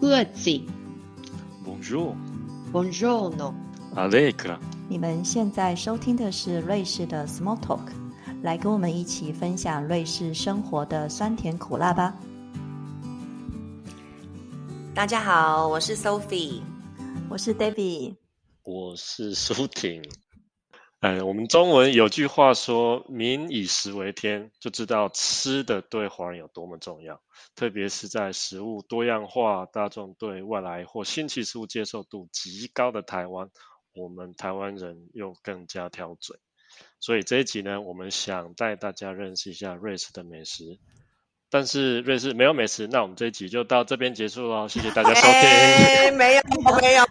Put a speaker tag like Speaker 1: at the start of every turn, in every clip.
Speaker 1: 各自
Speaker 2: Bonjour,
Speaker 1: Buongiorno，
Speaker 2: Allegra。
Speaker 3: 你们现在收听的是瑞士的 Small Talk，来跟我们一起分享瑞士生活的酸甜苦辣吧。
Speaker 4: 大家好，我是 Sophie。
Speaker 3: 我是 David，
Speaker 2: 我是苏婷。哎，我们中文有句话说“民以食为天”，就知道吃的对华人有多么重要，特别是在食物多样化、大众对外来或新奇事物接受度极高的台湾，我们台湾人又更加挑嘴。所以这一集呢，我们想带大家认识一下瑞士的美食。但是瑞士没有美食，那我们这一集就到这边结束喽，谢谢大家收 听。
Speaker 4: 哎，没有没有，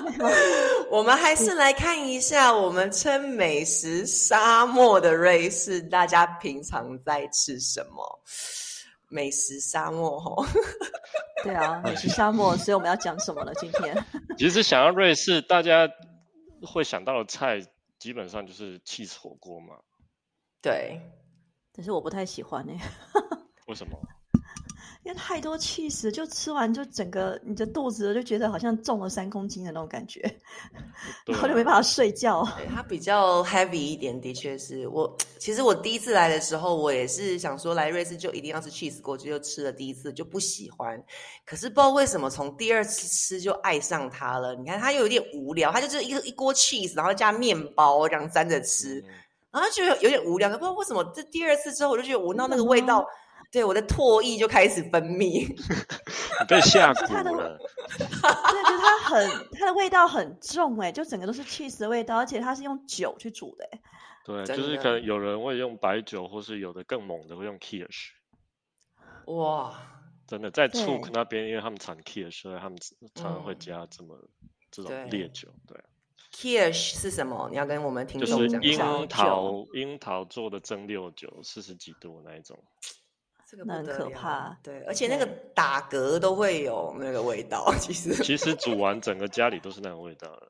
Speaker 4: 我们还是来看一下我们称美食沙漠的瑞士，大家平常在吃什么？美食沙漠哦吼，
Speaker 3: 对啊，美食沙漠，所以我们要讲什么了？今天
Speaker 2: 其实想要瑞士，大家会想到的菜基本上就是 cheese 火锅嘛。
Speaker 4: 对，
Speaker 3: 可是我不太喜欢哎、
Speaker 2: 为什么？
Speaker 3: 因为太多 cheese，就吃完就整个你的肚子就觉得好像重了三公斤的那种感觉，
Speaker 2: 对
Speaker 3: 然后就没
Speaker 2: 啊，
Speaker 3: 办法睡觉。
Speaker 4: 对它比较 heavy 一点，的确是我。其实我第一次来的时候，我也是想说来瑞士就一定要吃 cheese 锅，就吃了第一次就不喜欢。可是不知道为什么，从第二次吃就爱上它了。你看它又有点无聊，它就是一个一锅 cheese，然后加面包这样沾着吃，
Speaker 2: 嗯
Speaker 4: 然后就有有点无聊。可不知道为什么，这第二次之后我就觉得闻到那个味
Speaker 3: 真的
Speaker 4: 道，对我的唾液就开始分泌。
Speaker 2: 你 被吓
Speaker 3: 是它的
Speaker 2: 唬了。
Speaker 3: 对，就是它很它的味道很重哎、就整个都是 cheese 的味道，而且它是用酒去煮的、欸。
Speaker 2: 对，
Speaker 4: 真
Speaker 2: 就是
Speaker 4: 的
Speaker 2: 可能有人会用白酒，或是有的更猛的会用 kirsch。
Speaker 4: 哇，
Speaker 2: 真的，在
Speaker 3: 对
Speaker 2: c 克那边，因为他们产 kirsch，所以他们常常会
Speaker 4: 嗯
Speaker 2: 加这么这
Speaker 4: 对
Speaker 2: 种烈酒。对，
Speaker 4: Kirsch 是什么？你要跟我们听
Speaker 2: 就
Speaker 4: 众
Speaker 2: 是
Speaker 4: 讲一
Speaker 2: 樱
Speaker 4: 下。
Speaker 3: 酒
Speaker 2: 桃樱桃做的蒸馏酒，四十几度那一种。
Speaker 4: 这个
Speaker 3: 那
Speaker 4: 不
Speaker 3: 很
Speaker 4: 得
Speaker 3: 可
Speaker 4: 了
Speaker 3: 怕
Speaker 4: 对，而且那个打嗝都会有那个味道， 其实
Speaker 2: 其实煮完整个家里都是那种味道了。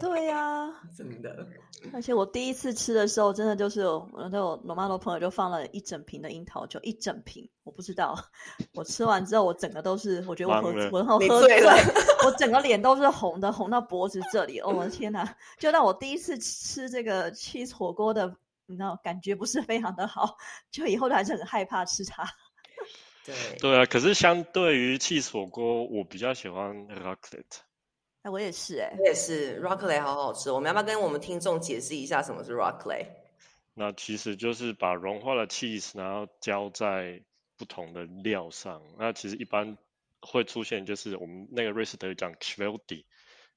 Speaker 3: 对啊呀、
Speaker 4: 真的
Speaker 3: 而且我第一次吃的时候，真的就是有我那种罗曼诺朋友就放了一整瓶的樱桃酒，一整瓶，我不知道。我吃完之后，我整个都是，我觉得我喝
Speaker 2: 忙了
Speaker 3: 我我
Speaker 4: 你
Speaker 3: 喝
Speaker 4: 醉了
Speaker 3: 我整个脸都是红的，红到脖子这里。哦，我的天哪！就让我第一次吃这个 cheese 火锅的，你知道，感觉不是非常的好，就以后都还是很害怕吃它。
Speaker 4: 对。
Speaker 2: 对啊，可是相对于 cheese 火锅，我比较喜欢 raclette。
Speaker 3: 哎，我也是哎、
Speaker 4: 我也是 r o c k l e 好好吃，我们要不要跟我们听众解释一下什么是 r o c k l e
Speaker 2: 那其实就是把融化的 cheese，然后浇在不同的料上。那其实一般会出现就是我们那个瑞士德语讲 q u e l d i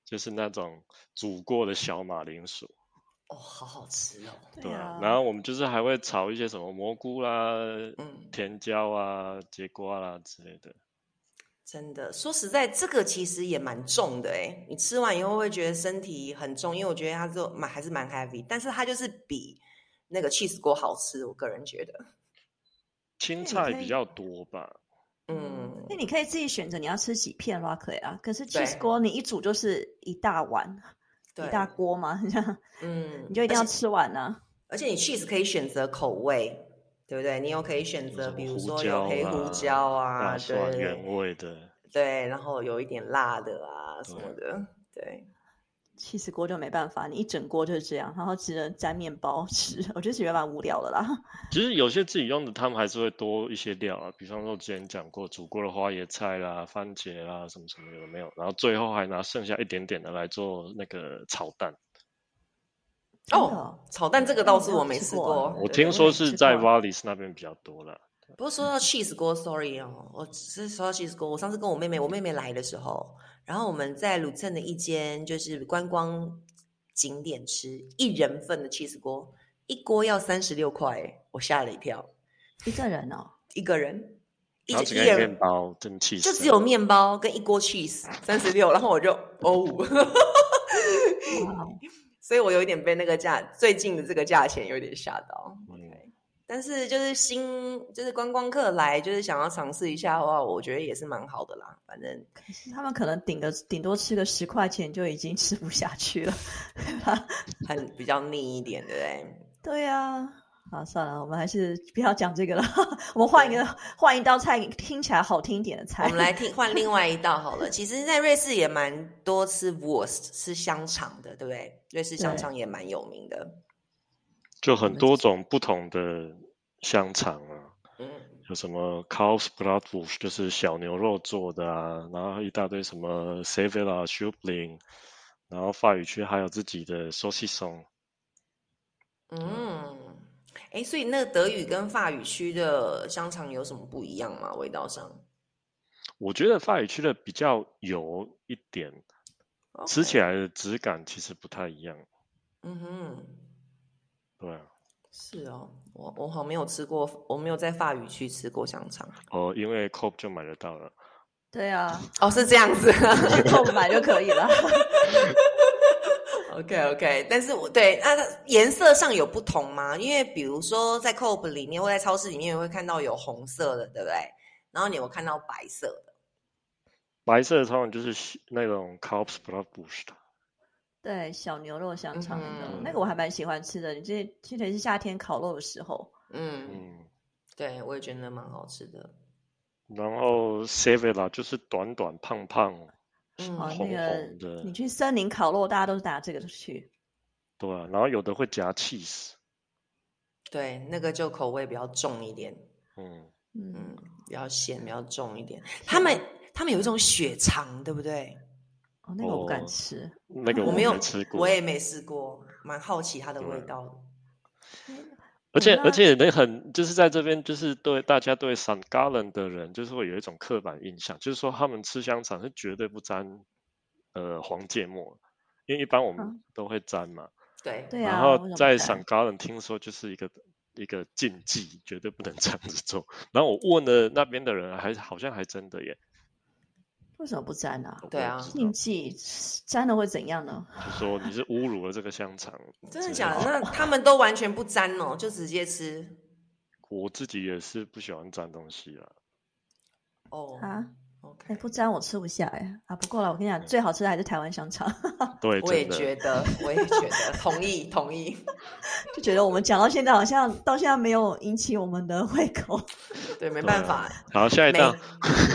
Speaker 2: 就是那种煮过的小马铃薯，
Speaker 4: 哦，好好吃哦，
Speaker 2: 对
Speaker 3: 啊，
Speaker 2: 然后我们就是还会炒一些什么蘑菇啦、
Speaker 4: 嗯，
Speaker 2: 甜椒啊、节瓜啦之类的。
Speaker 4: 真的。说实在，这个其实也蛮重的诶，你吃完以后会觉得身体很重，因为我觉得它就蛮还是蛮 heavy，但是它就是比那个 cheese 锅好吃，我个人觉得。
Speaker 2: 青
Speaker 3: 你
Speaker 2: 菜
Speaker 3: 可
Speaker 2: 比
Speaker 3: 以
Speaker 2: 较多吧？
Speaker 4: 嗯
Speaker 3: 那，你可以自己选择你要吃几片 rocket 啊。可是
Speaker 4: 对
Speaker 3: cheese 锅你一煮就是一大碗，
Speaker 4: 对
Speaker 3: 一大锅 嘛，这样
Speaker 4: 嗯，
Speaker 3: 你就一定
Speaker 4: 而
Speaker 3: 要
Speaker 4: 且
Speaker 3: 吃完呢、
Speaker 4: 而且你 cheese 可以选择口味，对不对？你有可以选
Speaker 2: 有
Speaker 4: 择，
Speaker 2: 什么
Speaker 4: 比如
Speaker 2: 胡
Speaker 4: 说
Speaker 2: 椒
Speaker 4: 有黑胡
Speaker 2: 啦
Speaker 4: 椒啊，
Speaker 2: 大蒜
Speaker 4: 对
Speaker 2: 原味的，
Speaker 4: 对，然后有一点辣的啊什么的，对，
Speaker 3: 气死锅就没办法，你一整锅就是这样，然后只能沾面包吃， 我觉得其实蛮无聊的啦。
Speaker 2: 其实有些自己用的，他们还是会多一些料啊，比方说之前讲过煮过的花椰菜啦、番茄啦，什么什么有的没有，然后最后还拿剩下一点点的来做那个炒蛋。
Speaker 3: 真的
Speaker 4: 哦，炒蛋这个倒是我没吃
Speaker 3: 哎我
Speaker 4: 过，
Speaker 3: 没有吃过啊
Speaker 2: 我
Speaker 4: 对
Speaker 2: 听说是在
Speaker 3: 吃过
Speaker 2: Wallis 那边比较多啦。
Speaker 4: 不过说到 cheese 锅，sorry 哦，我只是说到 cheese 锅，我上次跟我妹妹，我妹妹来的时候，然后我们在鲁镇的一间就是观光景点吃一人份的 cheese 锅，一锅要三十六块耶，我吓了一跳，
Speaker 3: 一个人哦，
Speaker 4: 一个人，一
Speaker 2: 然后
Speaker 4: 一
Speaker 2: 只给
Speaker 4: 人
Speaker 2: 面包，真气死
Speaker 4: 就
Speaker 2: 了。
Speaker 4: 只有面包跟一锅 cheese 三十六，然后我就哦，
Speaker 3: 哇哦
Speaker 4: 所以我有一点被那个价最近的这个价钱有点吓到。
Speaker 2: 嗯
Speaker 4: OK，但是就是新就是观光客来，就是想要尝试一下的话，我觉得也是蛮好的啦。反正
Speaker 3: 可是他们可能顶个顶多吃个十块钱就已经吃不下去了。
Speaker 4: 很比较腻一点，对不对？
Speaker 3: 对啊，好，算了，我们还是不要讲这个了。 我们换一个，换一道菜，听起来好听一点的菜。
Speaker 4: 我们来听换另外一道好了。其实，在瑞士也蛮多吃 wurst 吃香肠的，对不对？瑞士香
Speaker 3: 对
Speaker 4: 肠也蛮有名的。
Speaker 2: 就很多种不同的香肠啊，
Speaker 4: 嗯，
Speaker 2: 有什么 cows bratwurst，就是小牛肉做的啊，然后一大堆什么 s a v i l a s h u b l i n g 然后法语区还有自己的 s o s i s o n
Speaker 4: 嗯，哎，所以那个德语跟法语区的香肠有什么不一样吗？味道上
Speaker 2: 我觉得法语区的比较油一点，吃起，来的质感其实不太一样，
Speaker 4: OK 嗯哼，
Speaker 2: 对啊。
Speaker 4: 是哦，我我好像没有吃过，我没有在法语区吃过香肠。
Speaker 2: 哦，因为 Coop 就买得到了。
Speaker 3: 对 啊，
Speaker 4: 哦，是这样 子。
Speaker 3: 去购买就可以 了。
Speaker 4: OK OK，但是我对那它颜色上有不同吗？因为比如说在 Coop 里面或在超市里面会看到有红色的，对不对？然后你有看到白色的，
Speaker 2: 白色的通常就是西那种 Coop s p r o t b u s h
Speaker 3: 对，小牛肉香肠那个，
Speaker 4: 嗯
Speaker 3: 那个我还蛮喜欢吃的。你这记得是夏天烤肉的时候，
Speaker 4: 嗯，
Speaker 2: 嗯，
Speaker 4: 对我也觉得蛮好吃的，
Speaker 2: 然后 s a v i l a 就是短短胖胖，
Speaker 4: 嗯
Speaker 3: 哦，
Speaker 2: 红
Speaker 3: 那个
Speaker 2: 红的
Speaker 3: 你去森林烤肉，大家都是拿这个去。
Speaker 2: 对啊，然后有的会夹 cheese，
Speaker 4: 对，那个就口味比较重一点，
Speaker 2: 嗯，
Speaker 3: 嗯，
Speaker 4: 嗯，比较咸，比较重一点。他们他们有一种血肠，对不对？
Speaker 3: 哦，那个我不敢
Speaker 2: 哦
Speaker 3: 吃。
Speaker 2: 那个
Speaker 4: 我没
Speaker 2: 没
Speaker 4: 有
Speaker 2: 吃过，
Speaker 4: 我也没试过，蛮好奇它的味
Speaker 2: 对
Speaker 4: 道的。
Speaker 2: 而且
Speaker 4: 哦
Speaker 3: 那
Speaker 2: 而且那很就是在这边就是对大家对 San Galen 的人就是会有一种刻板印象，就是说他们吃香肠是绝对不沾呃黄芥末，因为一般我们
Speaker 3: 嗯
Speaker 2: 都会沾嘛。
Speaker 4: 对
Speaker 3: 对
Speaker 2: 然
Speaker 3: 啊，
Speaker 2: 后
Speaker 3: 为什么
Speaker 2: 在
Speaker 3: 不
Speaker 2: 闪
Speaker 3: 敢
Speaker 2: 高人听说就是一个一个禁忌，绝对不能这样子做。然后我问了那边的人，还好像还真的耶。
Speaker 3: 为什么不沾啊？
Speaker 2: 我
Speaker 4: 对
Speaker 2: 也
Speaker 4: 啊，
Speaker 2: 不知
Speaker 3: 禁
Speaker 2: 道
Speaker 3: 忌沾了会怎样呢？
Speaker 2: 就说你是侮辱了这个香肠
Speaker 4: 真的
Speaker 2: 之
Speaker 4: 假
Speaker 2: 类
Speaker 4: 的？那他们都完全不沾哦，就直接吃
Speaker 2: 我自己也是不喜欢沾东西啦。
Speaker 4: 哦。
Speaker 3: 啊，
Speaker 4: OK，
Speaker 3: 哎、不沾我吃不下哎、啊，不过了，我跟你讲，
Speaker 2: 嗯
Speaker 3: 最好吃的还是台湾香肠。
Speaker 2: 对，
Speaker 4: 我也
Speaker 2: 真
Speaker 4: 觉
Speaker 2: 的。
Speaker 4: 得，我也觉得，同意，同意。
Speaker 3: 就觉得我们讲到现在，好像到现在没有引起我们的胃 口。
Speaker 4: 对，没
Speaker 2: 对
Speaker 4: 办
Speaker 2: 啊
Speaker 4: 法，
Speaker 2: 好，下一
Speaker 4: 没
Speaker 2: 道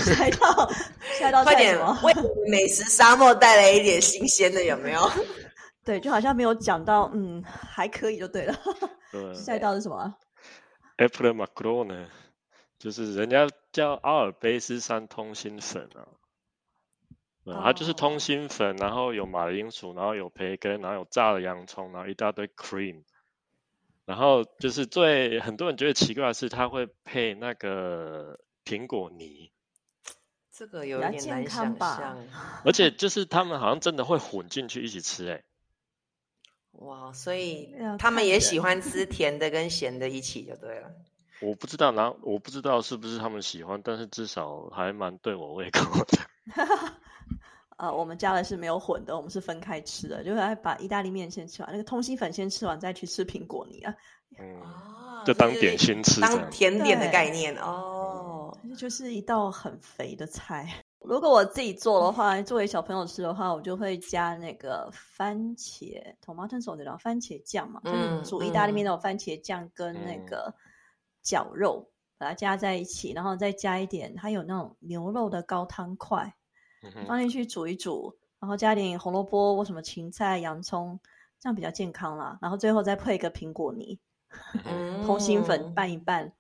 Speaker 3: 下一道，下一道
Speaker 4: 快
Speaker 3: 菜
Speaker 4: 点
Speaker 3: 什么？
Speaker 4: 为我们美食沙漠带来一点新鲜的，有没 有？
Speaker 3: 对，就好像没有讲到，嗯，还可以就对了。
Speaker 2: 对
Speaker 3: 下一道是什么啊？
Speaker 2: ，Apple Macron 呢，就是人家叫阿尔卑斯山通心粉啊。对，它就是
Speaker 3: 哦
Speaker 2: 通心粉，然后有马铃薯，然后有培根，然后有炸的洋葱，然后一大堆 cream，然后就是最很多人觉得奇怪的是，它会配那个苹果泥，
Speaker 4: 这个有
Speaker 3: 比较
Speaker 4: 一点
Speaker 3: 健
Speaker 4: 难
Speaker 3: 康
Speaker 4: 想
Speaker 3: 吧
Speaker 4: 象。
Speaker 2: 而且就是他们好像真的会混进去一起吃、欸，哎，
Speaker 4: 哇，所以
Speaker 3: 要
Speaker 4: 他们
Speaker 3: 看
Speaker 4: 也
Speaker 3: 人
Speaker 4: 喜欢吃甜的跟咸的一起就对了。
Speaker 2: 嗯我不知道，然后我不知道是不是他们喜欢，但是至少还蛮对我胃口的。
Speaker 3: 呃，我们家的是没有混的，我们是分开吃的，就是还把意大利面先吃完，那个通心粉先吃完，再去吃苹果泥啊，
Speaker 2: 嗯，
Speaker 4: 哦
Speaker 2: 就当点心吃这
Speaker 4: 当
Speaker 2: 样。
Speaker 4: 甜点的
Speaker 3: 对
Speaker 4: 概念哦。
Speaker 3: 这就是一道很肥的菜。 如果我自己做的话，作为小朋友吃的话，我就会加那个番茄 tomato sauce，然后番茄酱嘛，就是
Speaker 4: 嗯
Speaker 3: 煮意大利面
Speaker 4: 嗯
Speaker 3: 那种番茄酱跟那
Speaker 2: 嗯
Speaker 3: 个绞肉，把它加在一起，然后再加一点，还有那种牛肉的高汤块，
Speaker 2: 嗯哼
Speaker 3: 放进去煮一煮，然后加点红萝卜或什么芹菜、洋葱，这样比较健康啦。然后最后再配一个苹果泥，
Speaker 4: 嗯
Speaker 3: 通心粉拌一拌。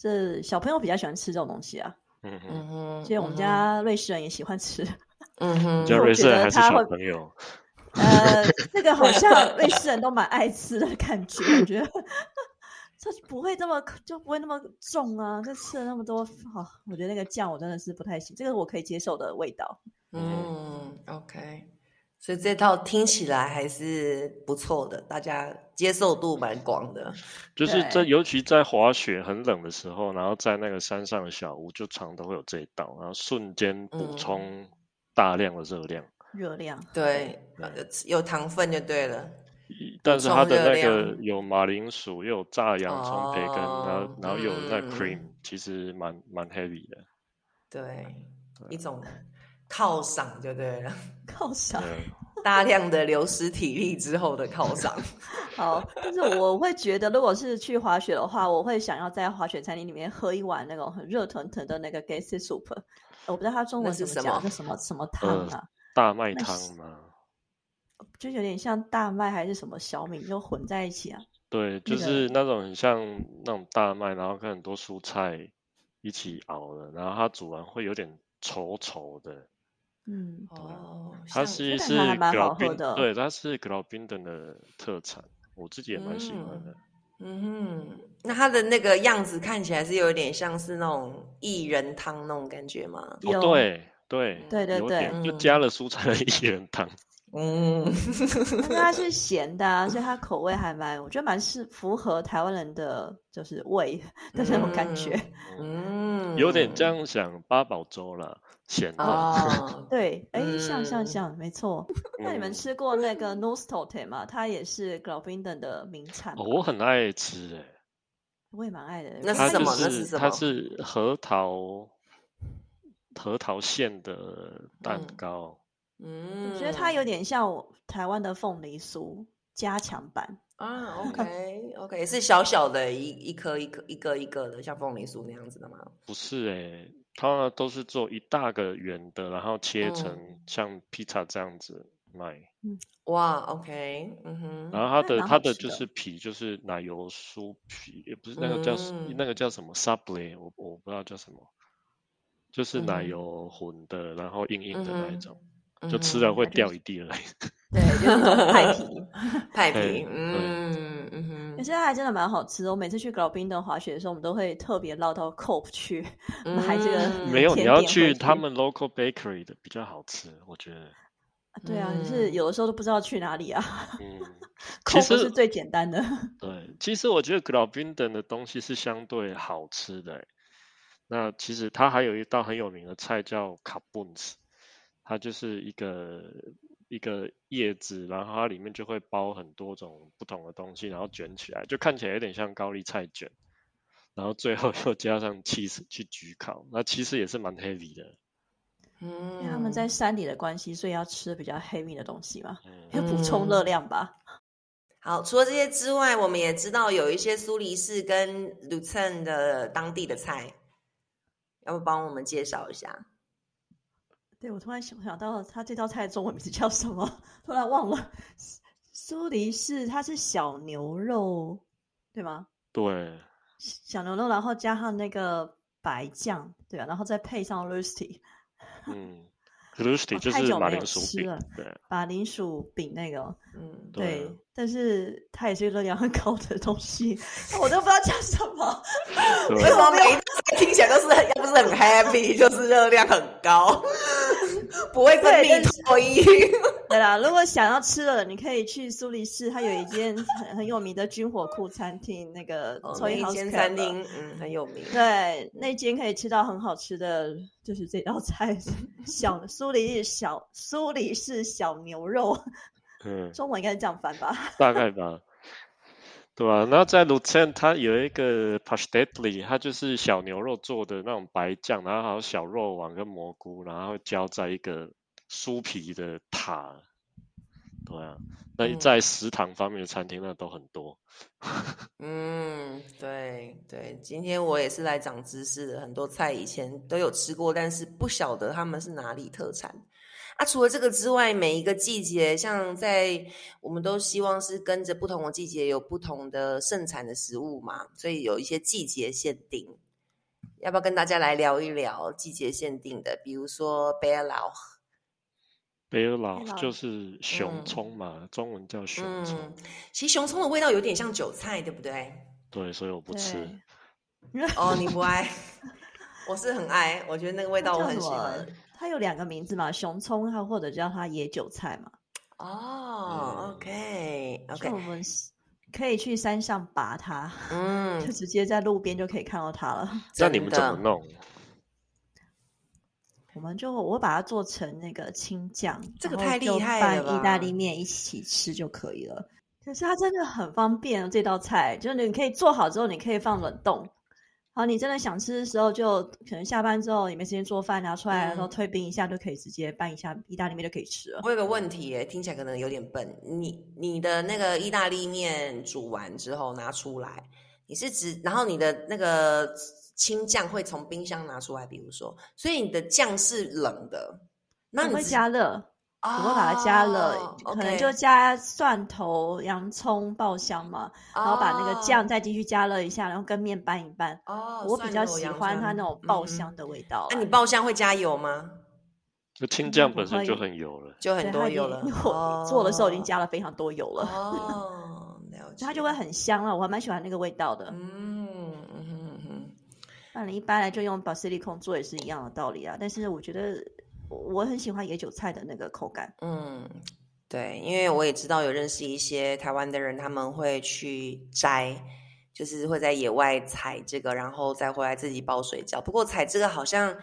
Speaker 3: 是小朋友比较喜欢吃这种东西啊，
Speaker 2: 嗯哼，
Speaker 4: 嗯哼，
Speaker 3: 所以我们家瑞士人也喜欢吃。
Speaker 4: 嗯哼，嗯
Speaker 2: 加
Speaker 3: 我
Speaker 2: 瑞
Speaker 3: 觉
Speaker 2: 士人
Speaker 3: 得
Speaker 2: 还是
Speaker 3: 他
Speaker 2: 小
Speaker 3: 会
Speaker 2: 朋友，
Speaker 3: 呃，这个好像
Speaker 4: 嗯
Speaker 3: 瑞士人都蛮爱吃的感觉，我觉得这不会这么就不会那么重啊。这吃了那么多，好、我觉得那个酱我真的是不太行，这个我可以接受的味道。
Speaker 4: 嗯，OK，所以这套听起来还是不错的，大家接受度蛮广的。
Speaker 2: 就是在
Speaker 3: 对
Speaker 2: 尤其在滑雪很冷的时候，然后在那个山上的小屋，就常都会有这一道，然后瞬间补
Speaker 4: 嗯
Speaker 2: 充大量的热量，
Speaker 3: 热量，
Speaker 4: 对，呃有糖分就对了。
Speaker 2: 一但是
Speaker 4: 补
Speaker 2: 它
Speaker 4: 充
Speaker 2: 的
Speaker 4: 热
Speaker 2: 那个
Speaker 4: 量
Speaker 2: 有马铃薯，又有炸洋葱、培根，然
Speaker 4: 哦
Speaker 2: 后然后有那
Speaker 4: 嗯
Speaker 2: cream，其实蛮蛮 heavy 的。
Speaker 4: 对，一种犒赏就对了。
Speaker 3: 靠啥？
Speaker 4: 啊
Speaker 2: 对，
Speaker 4: 大量的流失体力之后的犒 赏。
Speaker 3: 好，但是我会觉得，如果是去滑雪的话，我会想要在滑雪餐厅里面喝一碗那种很热腾腾的那个 gassy soup，我不知道它中文
Speaker 4: 那是
Speaker 3: 怎
Speaker 4: 什么嗯
Speaker 3: 么讲，那什么什么汤啊，
Speaker 2: 大麦
Speaker 3: 那
Speaker 2: 汤
Speaker 3: 是
Speaker 2: 嘛，
Speaker 3: 就有点像大麦还是什么小米，就混在一起啊。
Speaker 2: 对，就
Speaker 3: 那个
Speaker 2: 是那种很像那种大麦，然后跟很多蔬菜一起熬的，然后它煮完会有点稠稠的。
Speaker 3: 嗯，
Speaker 4: 哦，
Speaker 2: 它是
Speaker 4: 像
Speaker 3: 感
Speaker 2: 是
Speaker 3: 觉还蛮好
Speaker 2: Graubünden，
Speaker 3: 喝的
Speaker 2: 对，它是 Graubünden 的特产，我自己也蛮喜欢的。
Speaker 4: 嗯哼，那它的那个样子看起来是有点像是那种薏仁汤那种感觉吗？
Speaker 2: 哦，
Speaker 3: 有
Speaker 2: 对对
Speaker 3: 对对
Speaker 2: 有
Speaker 3: 对
Speaker 2: 点就
Speaker 4: 嗯
Speaker 2: 加了蔬菜的薏仁汤。
Speaker 4: 嗯，
Speaker 3: 但是它是咸的、啊，所以它口味还蛮，我觉得蛮是符合台湾人的就是胃的那种感觉。
Speaker 4: 嗯，
Speaker 2: 有点这样想八宝粥啦，咸的。
Speaker 4: 哦，
Speaker 3: 对，哎，像像
Speaker 4: 嗯
Speaker 3: 像，没错。那你们
Speaker 2: 嗯
Speaker 3: 吃过那个 n o s t o t e 吗？它也是 Graubünden 的名产吧、
Speaker 2: 哦我很爱吃诶、
Speaker 3: 我也蛮爱的。
Speaker 4: 那是
Speaker 2: 它
Speaker 4: 什
Speaker 2: 就
Speaker 4: 么那
Speaker 2: 是
Speaker 4: 是什
Speaker 2: 它
Speaker 4: 么
Speaker 2: 是核桃核桃馅的蛋
Speaker 4: 嗯
Speaker 2: 糕，
Speaker 4: 嗯，
Speaker 3: 我觉得它有点像我台湾的凤梨酥加强版。
Speaker 4: 啊，OK OK，是小小的一一颗一颗一个一个的，像凤梨酥那样子的吗？
Speaker 2: 不是诶、它都是做一大个圆的，然后切
Speaker 4: 嗯
Speaker 2: 成像披萨这样子卖。
Speaker 4: 哇，OK，嗯哼，
Speaker 2: 然后它
Speaker 3: 那
Speaker 2: 的
Speaker 3: 蛮
Speaker 2: 它
Speaker 3: 好
Speaker 2: 的
Speaker 3: 吃
Speaker 2: 就
Speaker 3: 的
Speaker 2: 是皮，就是奶油酥皮，也不是那个叫什、
Speaker 4: 嗯
Speaker 2: 那个叫什么 Subway，我我不知道叫什么，就是奶
Speaker 4: 嗯哼
Speaker 2: 油混的，然后硬硬的那一
Speaker 4: 嗯
Speaker 2: 种，
Speaker 4: 嗯
Speaker 2: 就吃
Speaker 4: 哼
Speaker 2: 了会
Speaker 3: 它就
Speaker 2: 掉
Speaker 3: 是
Speaker 2: 一地泪。
Speaker 3: 对，就是那种派皮。
Speaker 4: 派
Speaker 2: 对
Speaker 4: 皮
Speaker 2: 对，
Speaker 4: 嗯嗯
Speaker 3: 可
Speaker 4: 哼
Speaker 3: 是它还真的蛮好吃的。我每次去 Graubünden 滑雪的时候，我们都会特别绕到 Cope 去买这个
Speaker 4: 嗯
Speaker 2: 没有，你
Speaker 3: 甜
Speaker 2: 要
Speaker 3: 点
Speaker 2: 去
Speaker 3: 回
Speaker 2: 他
Speaker 3: 去
Speaker 2: 们 local bakery 的比较好吃，我觉得。
Speaker 3: 对啊，就是
Speaker 4: 嗯
Speaker 3: 有的时候都不知道去哪里啊。
Speaker 2: 嗯，其
Speaker 3: Cope
Speaker 2: 实
Speaker 3: 是最简单的。
Speaker 2: 对，其实我觉得 Graubünden 的东西是相对好吃的欸。那其实它还有一道很有名的菜叫 k a b u n s 它就是一个一个叶子，然后它里面就会包很多种不同的东西，然后卷起来，就看起来有点像高丽菜卷，然后最后又加上 cheese 去焗烤，那其实也是蛮 heavy 的。
Speaker 4: 嗯
Speaker 3: 因为他们在山里的关系，所以要吃比较 heavy 的东西嘛，
Speaker 2: 嗯，
Speaker 3: 要补充热量吧。
Speaker 4: 好，除了这些之外，我们也知道有一些苏黎世跟 l u c e n 的当地的菜，要不帮我们介绍一下？
Speaker 3: 对我突然想想到，它这道菜的中文名字叫什么？突然忘了。 苏苏黎世它是小牛肉，对吗？
Speaker 2: 对，
Speaker 3: 小牛肉，然后加上那个白酱，对吧、啊然后再配上 rusty
Speaker 2: 嗯 g l u s t y
Speaker 3: 哦
Speaker 2: 就
Speaker 3: 太
Speaker 2: 是
Speaker 3: 久
Speaker 2: 马
Speaker 3: 没
Speaker 2: 铃
Speaker 3: 有
Speaker 2: 薯
Speaker 3: 吃
Speaker 2: 饼
Speaker 3: 了，
Speaker 2: 对
Speaker 3: 马铃薯饼那个哦，
Speaker 4: 嗯，
Speaker 2: 对啊
Speaker 3: 但是它也是热量很高的东西，我都不知道讲什么。
Speaker 2: 对。
Speaker 4: 为什么每一道菜听起来都是很要不是很 happy，就是热量很高，不会分
Speaker 3: 对
Speaker 4: 泌
Speaker 3: 但是
Speaker 4: 唾液？
Speaker 3: 对啦，如果想要吃的，你可以去苏黎世，它有一间很很有名的军火库餐厅，那个
Speaker 4: 哦，那
Speaker 3: Toy
Speaker 4: 一
Speaker 3: House
Speaker 4: 间
Speaker 3: Club
Speaker 4: 餐厅，嗯，很有名。
Speaker 3: 对，那间可以吃到很好吃的，就是这道菜，小苏黎世小苏黎世小牛肉，
Speaker 2: 嗯
Speaker 3: 中文应该是这样翻吧？
Speaker 2: 大概吧，对吧、然后在 l u c e n 它有一个 p a s t e t l i 它就是小牛肉做的那种白酱，然后还有小肉丸跟蘑菇，然后浇在一个酥皮的塔。对啊，那
Speaker 4: 嗯
Speaker 2: 在食堂方面的餐厅那都很多。
Speaker 4: 嗯，对对，今天我也是来长知识的，很多菜以前都有吃过，但是不晓得他们是哪里特产。啊，除了这个之外，每一个季节，像在我们都希望是跟着不同的季节有不同的盛产的食物嘛，所以有一些季节限定。要不要跟大家来聊一聊季节限定的？比如说贝尔劳，
Speaker 2: 贝尔老
Speaker 3: 老
Speaker 2: 就是熊
Speaker 4: 嗯
Speaker 2: 葱嘛，中文叫熊葱。
Speaker 4: 嗯其实熊葱的味道有点像韭菜，对不对？
Speaker 2: 对，所以我不吃。
Speaker 4: 哦，你不爱， 我是很爱，我觉得那个味
Speaker 3: 味
Speaker 4: 道我很喜欢。
Speaker 3: 它有两个名字嘛，熊葱，它或者叫它野韭菜嘛。
Speaker 4: 哦，OK
Speaker 3: 就我
Speaker 4: OK，
Speaker 3: 们啊是可以去山上拔它，就
Speaker 4: 嗯，
Speaker 3: 直接在路边就可以看到它了。
Speaker 2: 那你们怎么
Speaker 4: 真的？
Speaker 2: 弄？
Speaker 3: 我们就我会把它做成那个青酱，
Speaker 4: 这个
Speaker 3: 然后
Speaker 4: 太厉
Speaker 3: 就
Speaker 4: 害了
Speaker 3: 拌意大
Speaker 4: 吧
Speaker 3: 利面一起吃就可以了。啊可是它真的很方便，这道菜就是你可以做好之后，你可以放冷冻，好，你真的想吃的时候，就可能下班之后也没时间做饭，拿出来然后
Speaker 4: 嗯
Speaker 3: 退冰一下就可以直接拌一下意大利面就可以吃了。
Speaker 4: 我有个问题耶，听起来可能有点笨。你你的那个意大利面煮完之后拿出来，你是指，然后你的那个青酱会从冰箱拿出来，比如说，所以你的酱是冷的，那
Speaker 3: 我
Speaker 4: 你
Speaker 3: 会
Speaker 4: 只
Speaker 3: 加热，我
Speaker 4: 啊，
Speaker 3: 会把它加热，可
Speaker 4: OK
Speaker 3: 能就加蒜头、洋葱爆香嘛，
Speaker 4: 啊
Speaker 3: 然后把那个酱再继续加热一下，然后跟面拌一拌。
Speaker 4: 哦，哦
Speaker 3: 我比
Speaker 4: 蒜
Speaker 3: 较
Speaker 4: 头
Speaker 3: 喜
Speaker 4: 洋
Speaker 3: 欢
Speaker 4: 葱
Speaker 3: 它那种爆。
Speaker 4: 嗯
Speaker 3: 香
Speaker 4: 嗯
Speaker 3: 的味道啊。
Speaker 4: 那你爆香会加油吗？
Speaker 2: 就青
Speaker 3: 嗯
Speaker 2: 酱
Speaker 3: 不
Speaker 2: 本身就
Speaker 3: 会
Speaker 2: 很油了。
Speaker 4: 就很
Speaker 3: 对
Speaker 4: 多
Speaker 3: 它已
Speaker 4: 油
Speaker 3: 经
Speaker 4: 了
Speaker 3: 哎 因为。我做的时候已经
Speaker 4: 哦
Speaker 3: 加了非常多油了，
Speaker 4: 哦，了解，
Speaker 3: 所以它 就会很香啊了。我还蛮喜欢那个味道的。
Speaker 4: 嗯嗯哼嗯哼。
Speaker 3: 那你一般来就用 basilicon 做也是一样的道理啊。但是我觉得我我很喜欢野韭菜的那个口感。
Speaker 4: 嗯，对，因为我也知道有认识一些台湾的人，他们会去摘，就是会在野外采这个，然后再回来自己包水饺。不过采这个好像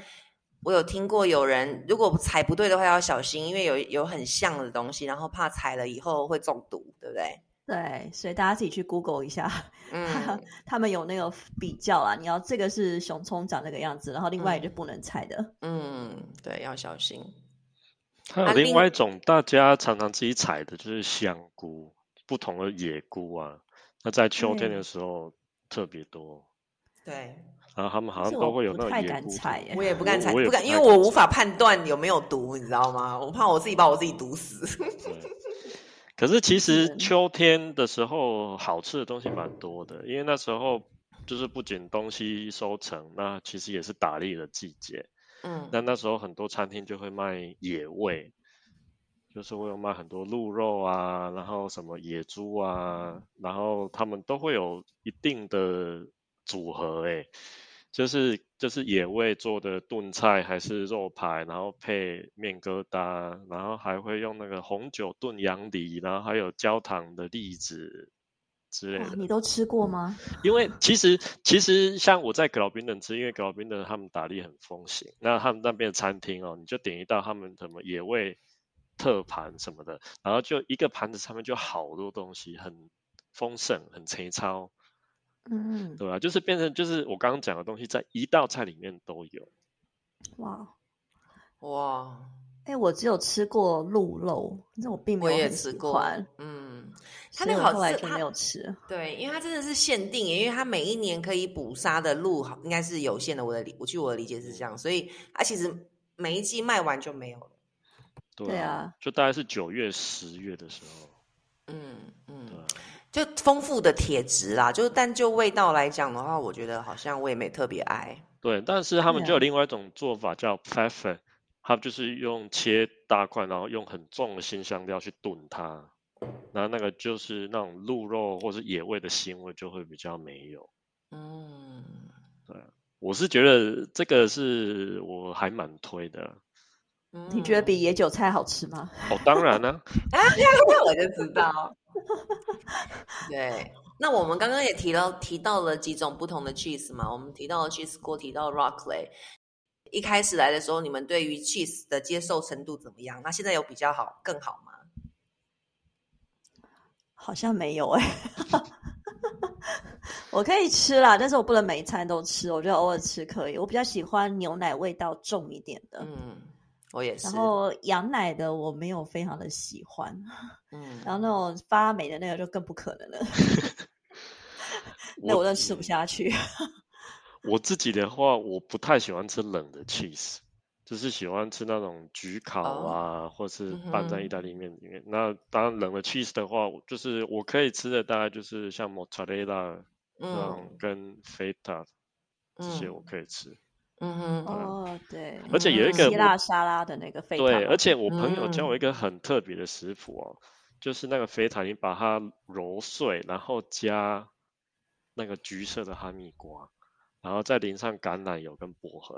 Speaker 4: 我有听过有人，如果采不对的话要小心，因为有有很像的东西，然后怕采了以后会中毒，对不 对？
Speaker 3: 对，所以大家自己去 Google 一下，
Speaker 4: 嗯
Speaker 3: 他们有那个比较啦。你要这个是熊葱长这个样子，然后另外
Speaker 4: 嗯
Speaker 3: 就不能采的。
Speaker 4: 嗯，对，要小心。
Speaker 2: 还有
Speaker 4: 啊
Speaker 2: 另
Speaker 4: 另
Speaker 2: 外一种大家常常自己采的就是香菇，不同的野菇啊，那在秋天
Speaker 3: 对
Speaker 2: 的时候特别多。
Speaker 4: 对，
Speaker 2: 然后他们好
Speaker 3: 但
Speaker 2: 像
Speaker 3: 是
Speaker 2: 都
Speaker 3: 我
Speaker 2: 会有那
Speaker 3: 不
Speaker 2: 种
Speaker 3: 太
Speaker 2: 野
Speaker 3: 敢
Speaker 2: 菇的
Speaker 3: 采耶
Speaker 4: 我也不敢采，
Speaker 2: 我也
Speaker 4: 不敢，
Speaker 2: 太
Speaker 4: 因为我
Speaker 2: 敢
Speaker 4: 无法判断有没有毒，你知道吗？我怕我自己把我自己毒死。
Speaker 2: 对，可是 其实
Speaker 3: 嗯
Speaker 2: 秋天的时候好吃的东西蛮多的，因为那时候就是不仅东西收成，那其实也是打猎的季节。
Speaker 4: 嗯
Speaker 2: 那那时候很多餐厅就会卖野味，就是会有卖很多鹿肉啊，然后什么野猪啊，然后他们都会有一定的组合、欸，就是就是野味做的炖菜还是肉排，然后配面疙瘩，然后还会用那个红酒炖羊梨，然后还有焦糖的栗子之类
Speaker 3: 哇，
Speaker 2: 的。
Speaker 3: 你都吃过吗？
Speaker 2: 因为其实其实像我在格劳宾顿吃，因为格劳宾顿他们打猎很风行，那他们那边的餐厅哦，你就点一道他们什么野味特盘什么的，然后就一个盘子上面就好多东西，很丰盛，很肥超，
Speaker 3: 嗯，
Speaker 2: 对吧、啊就是变成就是我刚刚讲的东西，在一道菜里面都有。
Speaker 3: 哇。
Speaker 4: 哇，
Speaker 3: 哎、我只有吃过鹿肉，那我并没
Speaker 4: 我
Speaker 3: 有
Speaker 4: 也
Speaker 3: 很
Speaker 4: 吃
Speaker 3: 喜
Speaker 4: 过
Speaker 3: 欢，
Speaker 4: 嗯，它
Speaker 3: 所
Speaker 4: 那
Speaker 3: 以
Speaker 4: 个
Speaker 3: 我
Speaker 4: 好
Speaker 3: 后来
Speaker 4: 吃
Speaker 3: 就
Speaker 4: 它
Speaker 3: 没有吃。
Speaker 4: 对，因为它真的是限定耶，因为它每一年可以捕杀的鹿好应该是有限的。我的理，我据我的理解是这样，所以它其实每一季卖完就没有了。
Speaker 2: 对
Speaker 3: 对
Speaker 2: 啊
Speaker 3: 啊，
Speaker 2: 就大概是九月、十月的时候，
Speaker 4: 嗯嗯
Speaker 2: 对，啊，
Speaker 4: 就丰富的铁质啦，就但就味道来讲的话，我觉得好像我也没特别爱。
Speaker 2: 对。但是他们
Speaker 3: 对
Speaker 2: 就有
Speaker 3: 啊
Speaker 2: 另外一种做法叫 p f e f e 它就是用切大块，然后用很重的新香料去炖它，然后那个就是那种鹿肉或是野味的腥味就会比较没有。
Speaker 4: 嗯，
Speaker 2: 我是觉得这个是我还蛮推的啊
Speaker 3: 你觉得
Speaker 4: 嗯
Speaker 3: 比野韭菜好吃吗？
Speaker 2: 哦，当然呢、
Speaker 4: 啊，那我就知道。对，那我们刚刚也提到提到了几种不同的 cheese 嘛，我们提到了 cheese 锅，提到 rockley。一开始来的时候，你们对于 cheese 的接受程度怎么样？那现在有比较好更好吗？
Speaker 3: 好像没有哎、 我可以吃啦，但是我不能每一餐都吃，我觉得偶尔吃可以。我比较喜欢牛奶味道重一点的，
Speaker 4: 嗯，我也是
Speaker 3: 然。后羊奶的我没有非常的喜欢，
Speaker 4: 嗯，
Speaker 3: 然后那种发霉的那个就更不可能了， 那我
Speaker 2: 我
Speaker 3: 都吃不 下去。
Speaker 2: 我自己的话，我不太喜欢吃冷的 cheese，就是喜欢吃那种焗烤
Speaker 4: 哦
Speaker 2: 啊，或是拌在
Speaker 4: 嗯
Speaker 2: 意
Speaker 4: 哼
Speaker 2: 大利面里面。那当然冷的 cheese 的话，我就是我可以吃的大概就是像 mozzarella 那
Speaker 4: 嗯
Speaker 2: 种跟 feta 这些
Speaker 4: 嗯
Speaker 2: 我可以吃。
Speaker 4: 嗯哼，
Speaker 3: 哦，对，
Speaker 2: 而且有一
Speaker 4: 嗯
Speaker 2: 个
Speaker 3: 希
Speaker 2: 我
Speaker 3: 腊沙拉的那个沸
Speaker 2: 对，
Speaker 3: 腾
Speaker 2: 而且我朋友教我
Speaker 4: 嗯
Speaker 2: 一个很特别的食谱哦，就是那个肥塔，你把它揉碎，然后加那个橘色的哈密瓜，然后再淋上橄榄油跟薄荷，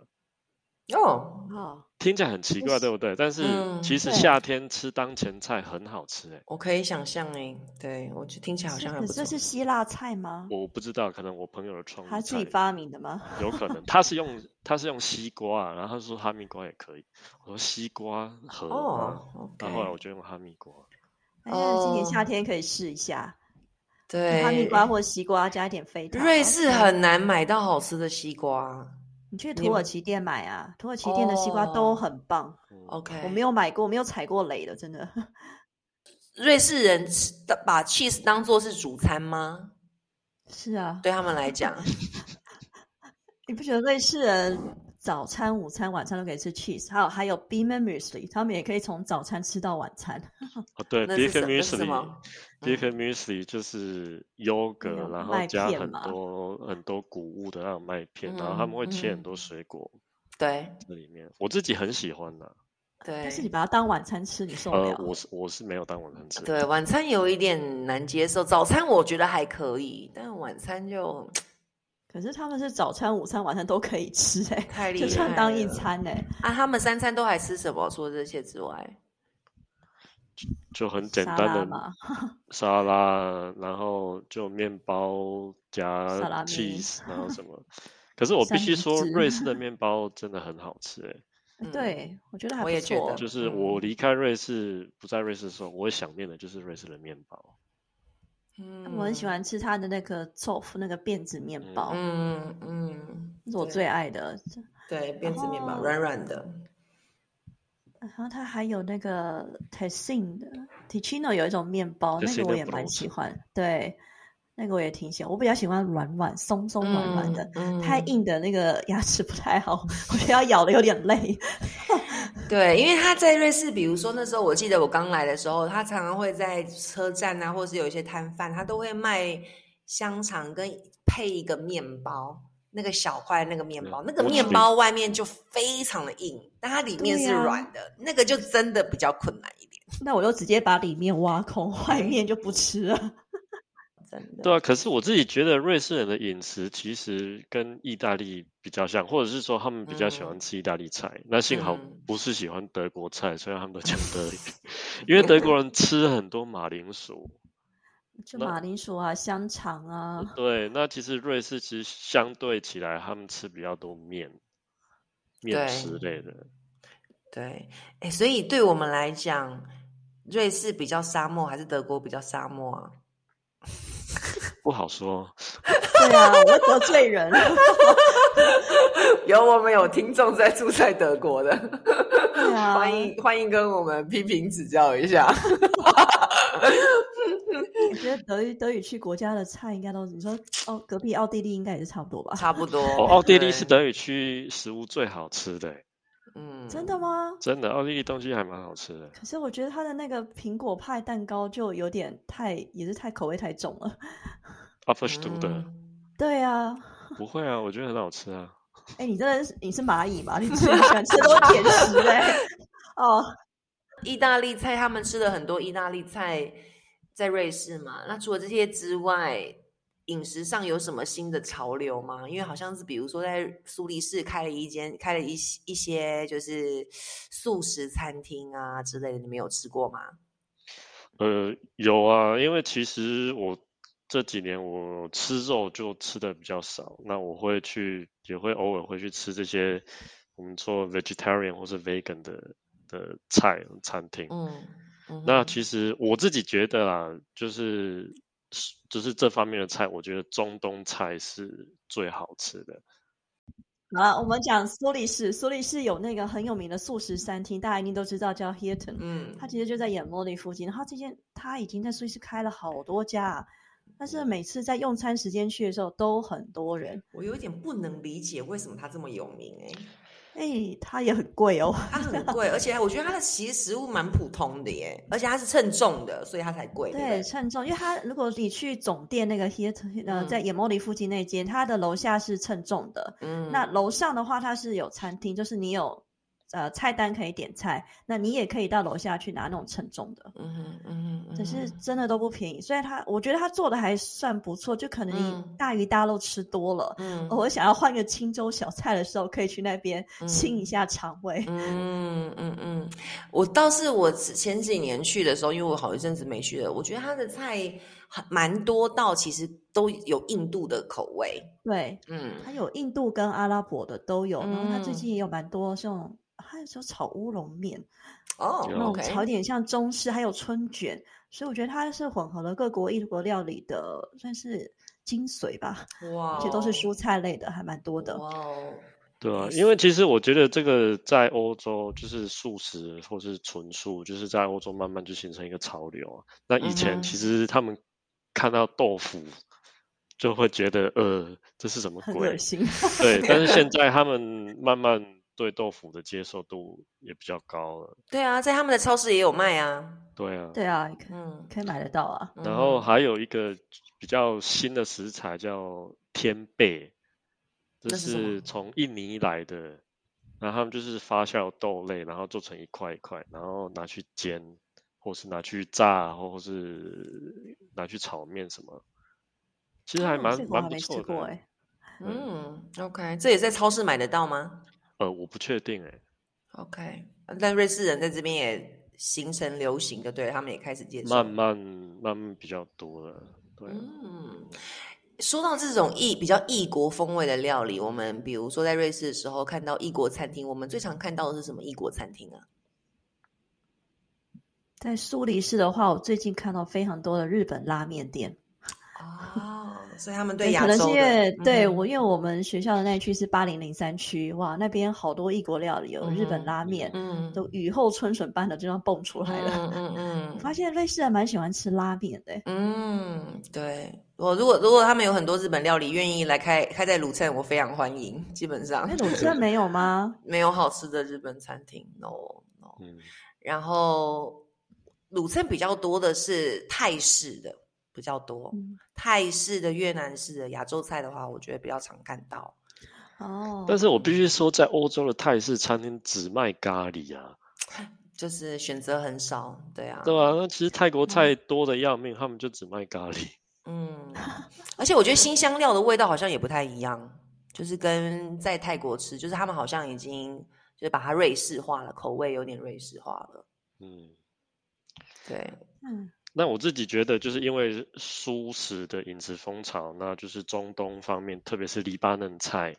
Speaker 4: 哦，
Speaker 3: 哦，
Speaker 2: 听起来很奇
Speaker 3: 就
Speaker 2: 怪，
Speaker 3: 是
Speaker 2: 对不对？但是
Speaker 4: 嗯
Speaker 2: 其实
Speaker 3: 对
Speaker 2: 夏天吃当前菜很好吃诶，
Speaker 4: 我可以想象哎，对我就听起来好
Speaker 3: 是
Speaker 4: 像还
Speaker 3: 可
Speaker 4: 不
Speaker 3: 是
Speaker 4: 错
Speaker 3: 这。是希腊菜吗？
Speaker 2: 我不知道，可能我朋友的创
Speaker 3: 他
Speaker 2: 意
Speaker 3: 自己
Speaker 2: 菜
Speaker 3: 发明的 吗？
Speaker 2: 有可能，他是用 他是用西瓜啊，然后他说哈密瓜也可以，我说西瓜和
Speaker 4: 哦，OK，
Speaker 2: 然后后来我就用哈密瓜。
Speaker 3: 哎，今年
Speaker 4: 哦
Speaker 3: 夏天可以试一下。
Speaker 4: 对，
Speaker 3: 哈密瓜或西瓜加一点肥糖。啊
Speaker 4: 瑞士很难买到好吃的西瓜。
Speaker 3: 你去
Speaker 4: 你
Speaker 3: 土耳
Speaker 4: 们
Speaker 3: 其店买啊，土耳其店的西瓜都
Speaker 4: 哦
Speaker 3: 很棒。
Speaker 2: 嗯
Speaker 4: OK，
Speaker 3: 我没有买过，我没有踩过雷的，真的。
Speaker 4: 瑞士人吃把 cheese 当做是主餐吗？
Speaker 3: 是啊，
Speaker 4: 对他们来 讲，
Speaker 3: 你不觉得瑞士人早餐、午餐、晚餐都可以吃 cheese，还有还有 b e a m a n muesli，他们也可以从早餐吃到晚餐。
Speaker 2: 哦，对
Speaker 4: 那是
Speaker 2: ，Beacon
Speaker 4: 什那是什
Speaker 2: Muesli
Speaker 4: 么？嗯
Speaker 2: Beacon Muesli 就是优格，
Speaker 3: 有
Speaker 2: 然
Speaker 3: 麦
Speaker 2: 后加
Speaker 3: 片
Speaker 2: 很
Speaker 3: 嘛
Speaker 2: 多很多谷物的那种麦片，然后他们会切很
Speaker 4: 嗯
Speaker 2: 多水果
Speaker 4: 对
Speaker 2: 在里面。我自己很喜欢的，
Speaker 4: 对
Speaker 3: 但是你把它当晚餐吃，你受不
Speaker 2: 呃
Speaker 3: 了，。
Speaker 2: 我是我是没有当晚餐吃的。
Speaker 4: 啊对，晚餐有一点难接受，早餐我觉得还可以，但晚餐就
Speaker 3: 可是他们是早餐、午餐、晚餐都可以吃、哎，
Speaker 4: 太厉害
Speaker 3: 就
Speaker 4: 了。
Speaker 3: 像当一餐哎、
Speaker 4: 啊，他们三餐都还吃什么？除了这些之外，
Speaker 2: 就很简
Speaker 3: 沙
Speaker 2: 单
Speaker 3: 拉
Speaker 2: 的
Speaker 3: 嘛
Speaker 2: 沙拉，然后就面包加
Speaker 3: 萨拉米
Speaker 2: cheese，然后什么。可是我必
Speaker 3: 三
Speaker 2: 须
Speaker 3: 明
Speaker 2: 说，瑞士的
Speaker 3: 治
Speaker 2: 面包真的很好吃诶、
Speaker 3: 哎
Speaker 4: 嗯
Speaker 3: 对我觉得还
Speaker 4: 我
Speaker 3: 不
Speaker 4: 也觉
Speaker 3: 错
Speaker 4: 得。
Speaker 2: 就是
Speaker 4: 嗯
Speaker 2: 我离开瑞士，不在瑞士的时候，我会想念的就是瑞士的面包。
Speaker 4: 嗯
Speaker 3: 我很喜。欢吃它的那个 t o f 那个辫子面包，
Speaker 4: 嗯嗯，
Speaker 3: 这是我
Speaker 4: 对
Speaker 3: 最爱的。
Speaker 4: 对，辫子面包
Speaker 3: 哦
Speaker 4: 软软的，
Speaker 3: 然后它还有那个 Tessin 的 Ticino 有一种面包，那
Speaker 2: Ticino
Speaker 3: 个我也蛮喜欢。对，那个我也挺喜欢。我比较喜欢软软、松松软软的，
Speaker 4: 嗯
Speaker 3: 太硬的那个牙齿不太好，我觉得要咬的有点累。
Speaker 4: 对，因为他在瑞士，比如说那时候我记得我刚来的时候，他常常会在车站啊，或是有一些摊贩，他都会卖香肠跟配一个面包，那个小块那个面包，
Speaker 2: 嗯
Speaker 4: 那个
Speaker 2: 我
Speaker 4: 面
Speaker 2: 知
Speaker 4: 包外面就非常的硬，但它里面
Speaker 3: 对
Speaker 4: 是
Speaker 3: 啊
Speaker 4: 软的，那个就真的比较困难一点，
Speaker 3: 那我就直接把里面挖空，外面就不吃了。
Speaker 4: 真的。
Speaker 2: 对啊，可是我自己觉得瑞士人的饮食其实跟意大利比较像，或者是说他们比较喜欢
Speaker 4: 嗯
Speaker 2: 吃意大利菜。那幸好
Speaker 4: 嗯
Speaker 2: 不是喜欢德国菜，虽然他们都讲德语，因为德国人吃很多马铃薯。
Speaker 3: 就
Speaker 2: 那
Speaker 3: 马铃薯啊、香肠
Speaker 4: 嗯
Speaker 3: 啊，
Speaker 2: 对，那其实瑞士其实相对起来，他们吃比较多面、面
Speaker 4: 对
Speaker 2: 食类的。
Speaker 4: 对，哎，所以对我们来讲，瑞士比较沙漠还是德国比较沙漠啊？
Speaker 2: 不好说，
Speaker 3: 对啊，我会得 罪人。
Speaker 4: 有我们有听众在住在德国的，
Speaker 3: 对啊
Speaker 4: 欢迎欢迎跟我们批评指教一下。
Speaker 3: 我觉得德语德语区国家的菜应该都，你说哦，隔壁奥地利应该也是差不 多吧？
Speaker 4: 差不多，
Speaker 2: 哦，奥地利是
Speaker 4: 对，
Speaker 2: 德语区食物最好吃的欸，
Speaker 4: 嗯，
Speaker 3: 真的？吗？
Speaker 2: 真的，奥地利东西还蛮好吃的。
Speaker 3: 可是我觉得它的那个苹果派蛋糕就有点太，也是太口味太重了。
Speaker 2: 阿普什图
Speaker 4: 嗯
Speaker 2: 的
Speaker 3: 对啊，
Speaker 2: 不会啊，我觉得很好吃啊。
Speaker 3: 哎，你真的是你是蚂蚁吗？你吃你喜欢吃的都是甜 食哎、哦，
Speaker 4: 意大利菜，他们吃了很多意大利菜，在瑞士嘛。那除了这些之外，饮食上有什么新的潮流吗？因为好像是比如说在苏黎世开了一间，开了一些一些就是素食餐厅啊之类的，你们有吃过吗？
Speaker 2: 呃，有啊，因为其实我这几年我吃肉就吃的比较少，那我会去，也会偶尔会去吃这些我们做 vegetarian 或是 vegan 的的菜餐厅。
Speaker 4: 嗯，嗯
Speaker 2: 那
Speaker 4: 哼
Speaker 2: 其实我自己觉得啦，就是是就是这方面的菜，我觉得中东菜是最好吃的。
Speaker 3: 好啊了，我们讲苏黎世，苏黎世有那个很有名的素食餐厅，大家一定都知道叫 Hilton，
Speaker 4: 嗯
Speaker 3: 它其实就在眼莫里附近。然后这间它已经在苏黎世开了好多家，但是每次在用餐时间去的时候都很多人。
Speaker 4: 我有一点不能理解为什么它这么有名哎、
Speaker 3: 哎，它也很贵哦。
Speaker 4: 它很贵，而且我觉得它的其实食物蛮普通的耶，而且它是称重的，所以它才贵。对不
Speaker 3: 对，
Speaker 4: 对，
Speaker 3: 称重，因为它如果你去总店那个 Hilton，呃，
Speaker 4: 嗯
Speaker 3: 在眼莫里附近那间，它的楼下是称重的，
Speaker 4: 嗯
Speaker 3: 那楼上的话它是有餐厅，就是你有呃菜单可以点菜，那你也可以到楼下去拿那种称重的。
Speaker 4: 嗯哼嗯哼，
Speaker 3: 只是
Speaker 4: 嗯哼
Speaker 3: 真的都不便宜，虽然它我觉得它做的还算不错，就可能
Speaker 4: 嗯
Speaker 3: 你大鱼大肉吃多了，
Speaker 4: 嗯
Speaker 3: 偶尔想要换个清粥小菜的时候，可以去那边清一下肠胃。
Speaker 4: 嗯嗯嗯，我倒是我前几年去的时候，因为我好一阵子没去了，我觉得它的菜还蛮多道，其实都有印度的口味。
Speaker 3: 对，
Speaker 4: 嗯
Speaker 3: 它有印度跟阿拉伯的都有，然后它最
Speaker 4: 嗯
Speaker 3: 近也有蛮多这种还有时候炒乌龙面，
Speaker 4: 哦
Speaker 2: 有
Speaker 3: 那种
Speaker 4: ，OK，
Speaker 3: 炒点像中式，还有春卷，所以我觉得它是混合了各国异国料理的，算是精髓吧，
Speaker 4: 哇，
Speaker 3: 而且都是蔬菜类的，还蛮多的。
Speaker 4: 哦哇哦，
Speaker 2: 对啊，
Speaker 4: 也
Speaker 2: 因为其实我觉得这个在欧洲就是素食或是纯素，就是在欧洲慢慢就形成一个潮流啊。那以
Speaker 4: 嗯哼
Speaker 2: 前其实他们看到豆腐就会觉得呃这是什么
Speaker 3: 很
Speaker 2: 鬼
Speaker 3: 恶，心，
Speaker 2: 对。但是现在他们慢慢对豆腐的接受度也比较高了，
Speaker 4: 对啊，在他们的超市也有卖啊，
Speaker 2: 对啊。
Speaker 3: 对啊，可
Speaker 4: 嗯，
Speaker 3: 可以买得到啊。
Speaker 2: 然后
Speaker 4: 嗯
Speaker 2: 还有一个比较新的食材叫天贝，这
Speaker 4: 那是什么
Speaker 2: 是从印尼来的，然后他们就是发酵豆类，然后做成一块一块，然后拿去煎，或是拿去炸，或是拿去炒面什么，其实还
Speaker 3: 哦
Speaker 2: 蛮
Speaker 3: 这个我
Speaker 2: 蛮
Speaker 3: 还
Speaker 2: 不
Speaker 3: 没
Speaker 2: 错
Speaker 3: 吃过
Speaker 2: 的欸
Speaker 3: 哎、。
Speaker 4: 嗯，OK，这也在超市买得到吗
Speaker 2: 呃，我不确定哎、
Speaker 4: ？OK，但呃瑞士人在这边也形成流行的，对他们也开始接受，
Speaker 2: 慢
Speaker 3: 哦
Speaker 2: 慢慢慢比较多了，对啊。
Speaker 4: 嗯，说到这种异比较异国风味的料理，我们比如说在瑞士的时候看到异国餐厅，我们最常看到的是什么异国餐厅啊？
Speaker 3: 在苏黎世的话，我最近看到非常多的日本拉面店，
Speaker 4: 哦，所以他们对
Speaker 3: 可
Speaker 4: 亚
Speaker 3: 能是
Speaker 4: 洲
Speaker 3: 因
Speaker 4: 的
Speaker 3: 为、对
Speaker 4: 嗯
Speaker 3: 我，因为我们学校的那一区是八零零三区，哇，那边好多异国料理，有日本
Speaker 4: 嗯
Speaker 3: 拉面，
Speaker 4: 嗯
Speaker 3: 都雨后春笋般的就这样蹦出来了。
Speaker 4: 嗯嗯
Speaker 3: 我
Speaker 4: 嗯
Speaker 3: 发现瑞士人蛮喜欢吃拉 面的欸、
Speaker 4: 嗯，对我如果如果他们有很多日本料理愿意来开开在鲁城，我非常欢迎。基本上
Speaker 3: 哎，鲁真的没 有吗？
Speaker 4: 没有好吃的日本餐厅，no no。
Speaker 3: 哦
Speaker 2: 嗯，
Speaker 4: 然后鲁城比较多的是泰式的比较多，
Speaker 3: 嗯，
Speaker 4: 泰式的、越南式的、亚洲菜的话，我觉得比较常看到。
Speaker 3: 哦，
Speaker 2: 但是我必须说，在欧洲的泰式餐厅只卖咖喱啊。
Speaker 4: 就是选择很少，对啊，
Speaker 2: 对啊，那其实泰国菜多的要命，他们就只卖咖喱。
Speaker 4: 嗯，而且我觉得新香料的味道好像也不太一样，就是跟在泰国吃，就是他们好像已经就是把它瑞士化了，口味有点瑞士化了，
Speaker 2: 嗯，
Speaker 4: 对，
Speaker 3: 嗯，
Speaker 2: 那我自己觉得，就是因为素食的饮食风潮，那就是中东方面，特别是黎巴嫩菜，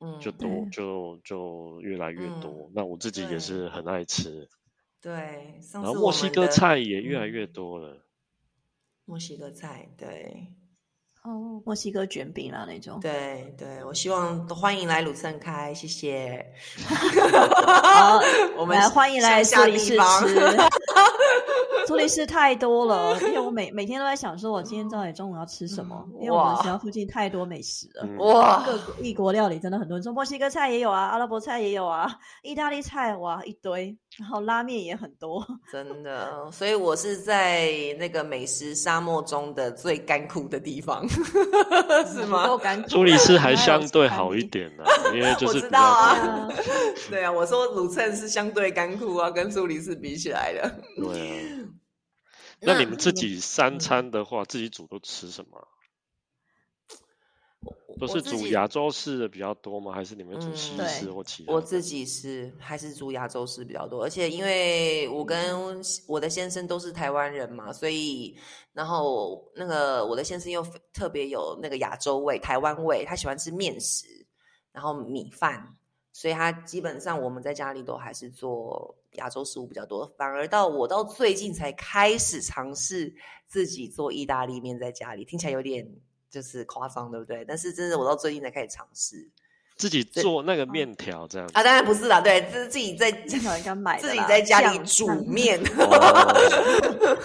Speaker 4: 嗯，
Speaker 2: 就多、就就越来越多。那我自己也
Speaker 4: 对
Speaker 2: 是很爱吃，
Speaker 4: 对，上
Speaker 2: 然后
Speaker 4: 次
Speaker 2: 墨
Speaker 4: 我
Speaker 2: 西
Speaker 4: 们
Speaker 2: 哥
Speaker 4: 的
Speaker 2: 菜也越来
Speaker 4: 嗯
Speaker 2: 越多了。
Speaker 4: 墨西哥菜，对
Speaker 3: 哦，墨西哥卷饼啦那种。
Speaker 4: 对对，我希望都欢迎来鲁森开，谢谢，
Speaker 3: 好，
Speaker 4: 我们
Speaker 3: 哦来欢迎来苏
Speaker 4: 乡下
Speaker 3: 黎世
Speaker 4: 地方
Speaker 3: 吃。 苏黎世太多了，因为我每每天都在想说，我今天到底中午要吃什么？
Speaker 4: 嗯
Speaker 3: 因为我们
Speaker 4: 哇
Speaker 3: 学校附近太多美食
Speaker 4: 呃
Speaker 3: 了，
Speaker 2: 嗯
Speaker 4: 哇，
Speaker 3: 各国异国料理真的很多。你说墨西哥菜也有啊，阿拉伯菜也有啊，意大利菜哇一堆，然后拉面也很 多。
Speaker 4: 真的，所以我是在那个美食沙漠中的最干枯的地方， 是
Speaker 3: 不够
Speaker 4: 吗？
Speaker 3: 干净
Speaker 2: 苏黎世还
Speaker 3: 哪有
Speaker 2: 相对
Speaker 3: 餐
Speaker 2: 好一
Speaker 3: 厅。
Speaker 2: 点呢、因 为就
Speaker 4: 我
Speaker 2: 是
Speaker 4: 知
Speaker 2: 比
Speaker 4: 道
Speaker 2: 较
Speaker 4: 啊
Speaker 3: 对啊
Speaker 4: 对啊，我说鲁沁是相对干枯啊，跟苏黎世比起来的。
Speaker 2: 多对 啊。那你们自己三
Speaker 4: 嗯
Speaker 2: 餐的话，自己煮都吃什么啊？都
Speaker 4: 我
Speaker 2: 是
Speaker 4: 自
Speaker 2: 煮
Speaker 4: 己
Speaker 2: 亚洲式的比较多吗？还是你们煮西
Speaker 4: 嗯
Speaker 2: 式
Speaker 3: 对
Speaker 2: 或其他的？
Speaker 4: 我自己是还是煮亚洲式比较多，而且因为我跟我的先生都是台湾人嘛，所以然后那个我的先生又非特别有那个亚洲味、台湾味，他喜欢吃面食，然后米饭，所以他基本上我们在家里都还是做亚洲食物比较多，反而到我到最近才开始尝试自己做意大利面在家里，听起来有点就是夸张，对不对？但是真的我到最近才开始尝试。
Speaker 2: 自己
Speaker 4: 对
Speaker 2: 做那个面条这样子
Speaker 4: 啊，当然不是啦，对，这是自己在自
Speaker 3: 正常应该买的啦
Speaker 4: 己在家里
Speaker 3: 酱
Speaker 4: 煮
Speaker 3: 酱
Speaker 4: 面，
Speaker 2: 哦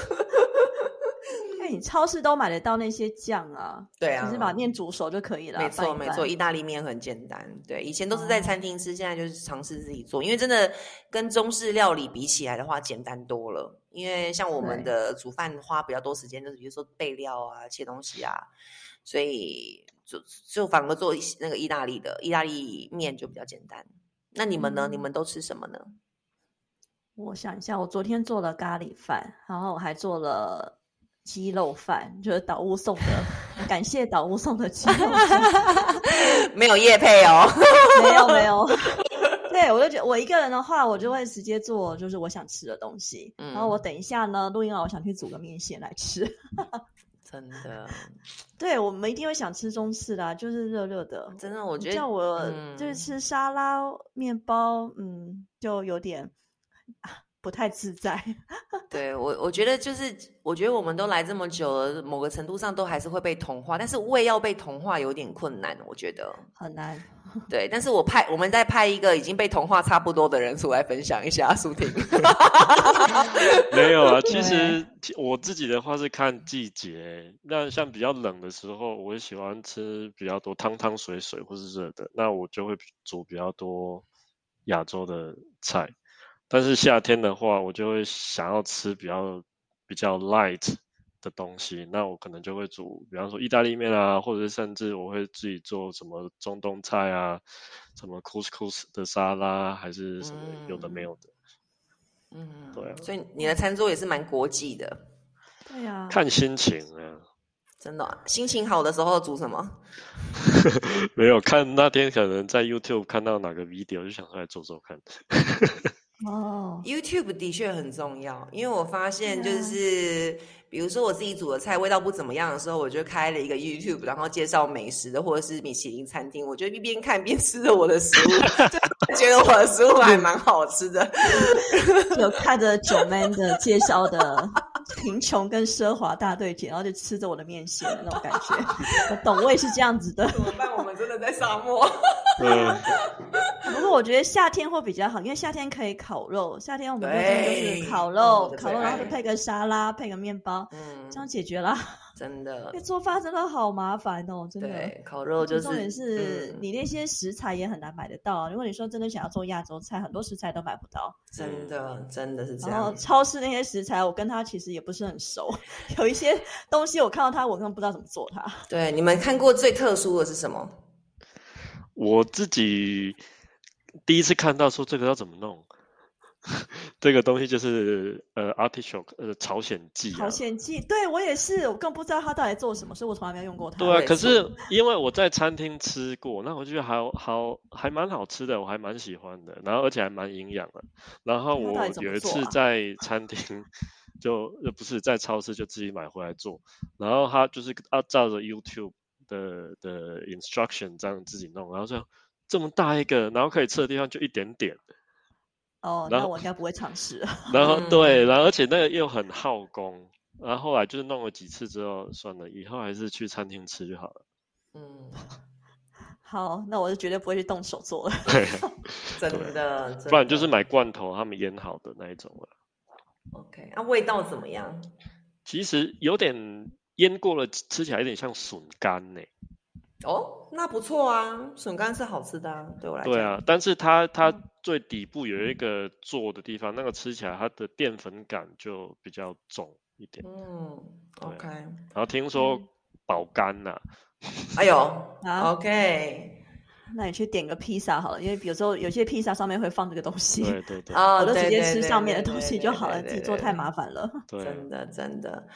Speaker 3: 哎，你超市都买得到那些酱啊，
Speaker 4: 对
Speaker 3: 只
Speaker 4: 啊，
Speaker 3: 是把面煮熟就可以了。
Speaker 4: 没
Speaker 3: 拌
Speaker 4: 错
Speaker 3: 一哦
Speaker 4: 没
Speaker 3: 拌
Speaker 4: 错，意大利面很简单，对，以前都是在餐厅吃，现在就是尝试自己做，因为真的跟中式料理比起来的话，简单多了。因为像我们
Speaker 3: 对
Speaker 4: 的煮饭花比较多时间，就是比如说备料啊、切东西啊，所以就就反而做那个意大利的意大利面就比较简单。那你们呢？你
Speaker 3: 嗯
Speaker 4: 们都吃什么呢？
Speaker 3: 我想一下，我昨天做了咖喱饭，然后我还做了鸡肉饭，就是导物送 的，感谢导物送的鸡肉饭。
Speaker 4: 没有叶配哦。
Speaker 3: 没有没有，对我就觉得我一个人的话，我就会直接做就是
Speaker 4: 嗯
Speaker 3: 我想吃的东西，然后我等一下呢，录音完我想去煮个面线来吃。
Speaker 4: 真的，
Speaker 3: 对我们一定会想吃中式的啊，就是热热的。
Speaker 4: 真的，我
Speaker 3: 你
Speaker 4: 觉得
Speaker 3: 叫我就是
Speaker 4: 嗯
Speaker 3: 吃沙拉、面包，嗯，就有点啊不太自在。
Speaker 4: 对我，我觉得就是，我觉得我们都来这么久了，某个程度上都还是会被同化，但是胃要被同化有点困难，我觉 得。
Speaker 3: 很难。
Speaker 4: 对，但是我派我们再派一个已经被同化差不多的人出来分享一下苏婷。
Speaker 2: 没有啊，其
Speaker 3: 对
Speaker 2: 实其我自己的话是看季节。那像比较冷的时候，我喜欢吃比较多汤汤水水或是热的，那我就会煮比较多亚洲的菜。但是夏天的话，我就会想要吃比较比较 light 的东西，那我可能就会煮，比方说意大利面啊，或者是甚至我会自己做什么中东菜啊，什么 couscous 的沙拉，还是什么有的没有的，
Speaker 4: 嗯，
Speaker 2: 对啊
Speaker 4: 所以你的餐桌也是蛮国际的，
Speaker 3: 对呀、
Speaker 2: 看心情啊。
Speaker 4: 真的啊、心情好的时候煮什么？
Speaker 2: 没有看那天可能在 YouTube 看到哪个 video 就想出来做做看。
Speaker 3: 哦，
Speaker 4: YouTube 的确很重要，因为我发现就
Speaker 3: 对啊
Speaker 4: 是，比如说我自己煮的菜味道不怎么样的时候，我就开了一个 YouTube，然后介绍美食的或者是米其林餐厅，我就一边看边吃着我的食物，就觉得我的食物还蛮好吃 的。
Speaker 3: 有看着九妹的介绍的贫穷跟奢华大对决，然后就吃着我的面线的那种感觉。 我懂，我也是这样子的。
Speaker 4: 怎么办？我们真的在沙漠。
Speaker 2: 嗯，
Speaker 3: 不过我觉得夏天会比较好，因为夏天可以烤肉，夏天我们就真的就
Speaker 4: 对
Speaker 3: 是烤
Speaker 4: 哦我
Speaker 3: 肉，
Speaker 4: 的
Speaker 3: 烤
Speaker 4: 最
Speaker 3: 肉然后
Speaker 4: 爱
Speaker 3: 就配个沙拉，配个面包，
Speaker 4: 嗯
Speaker 3: 这，样解决啦。
Speaker 4: 真的
Speaker 3: 因为，做饭真的好麻烦哦，真的。
Speaker 4: 对，烤肉就是
Speaker 3: 重点是、
Speaker 4: 嗯
Speaker 3: 你那些食材也很难买得到啊、如果你说真的想要做亚洲菜，很多食材都买不到。
Speaker 4: 真的，真的是这
Speaker 3: 然后
Speaker 4: 样。
Speaker 3: 超市那些食材，我跟他其实也不是很熟， 有一些东西我看到他，我根本不知道怎么做它。
Speaker 4: 对，你们看过最特殊的是什么？
Speaker 2: 我自己第一次看到说这个要怎么弄， 这个东西就是呃 artichoke 呃朝鲜蓟
Speaker 3: 好
Speaker 2: 啊。
Speaker 3: 险记，对我也是，我更不知道他到底做什么，所以我从来没有用过它。
Speaker 2: 对啊，
Speaker 4: 对
Speaker 2: 可
Speaker 4: 是
Speaker 2: 是因为我在餐厅吃过，那我觉得好好还蛮好吃的，我还蛮喜欢的，然后而且还蛮营养的。然后
Speaker 3: 那到
Speaker 2: 我
Speaker 3: 底怎么
Speaker 2: 有一
Speaker 3: 做
Speaker 2: 次
Speaker 3: 啊
Speaker 2: 在餐厅就呃不是在超市就自己买回来做，然后他就是按照着 YouTube 的的 instruction 这样自己弄，然后说这么大一个，然后可以吃的地方就一点 点，
Speaker 3: 哦，
Speaker 2: 然
Speaker 3: 那
Speaker 2: 后
Speaker 3: 我应该不会尝试。
Speaker 2: 然后
Speaker 4: 嗯
Speaker 2: 对，然后而且那个又很耗工，然后后来就是弄了几次之后，算了，以后还是去餐厅吃就好了。
Speaker 4: 嗯，
Speaker 3: 好，那我就绝对不会去动手做了。
Speaker 2: 对。
Speaker 4: 真
Speaker 2: 对
Speaker 4: 的，真
Speaker 2: 不然就是
Speaker 4: 的
Speaker 2: 买罐头，他们腌好的那一种了。
Speaker 4: OK。那味道怎么样？
Speaker 2: 其实有点腌过了，吃吃起来有点像笋干呢、
Speaker 4: 哦，那不错啊，笋干是好吃的啊，对我来讲。
Speaker 2: 对啊，，但是它它最底部有一个做的地方，那个吃起来它的淀粉感就比较重一点。
Speaker 4: 嗯
Speaker 2: 对
Speaker 4: ，OK。
Speaker 2: 然后听说保肝呐、
Speaker 4: 哎呦、
Speaker 3: 啊
Speaker 4: o k
Speaker 3: 那你去点个披萨好了，因为有时候有些披萨上面会放这个东西，
Speaker 2: 对对对
Speaker 4: 啊，
Speaker 3: 我就
Speaker 4: 对
Speaker 3: 直接
Speaker 4: 对
Speaker 3: 吃
Speaker 4: 对
Speaker 3: 上面的
Speaker 4: 对
Speaker 3: 东
Speaker 4: 对
Speaker 3: 西
Speaker 4: 对
Speaker 3: 就好
Speaker 4: 对
Speaker 3: 了，
Speaker 4: 对
Speaker 3: 自己
Speaker 4: 对
Speaker 3: 做
Speaker 4: 对
Speaker 3: 太麻烦了。
Speaker 2: 对啊，
Speaker 4: 真的真的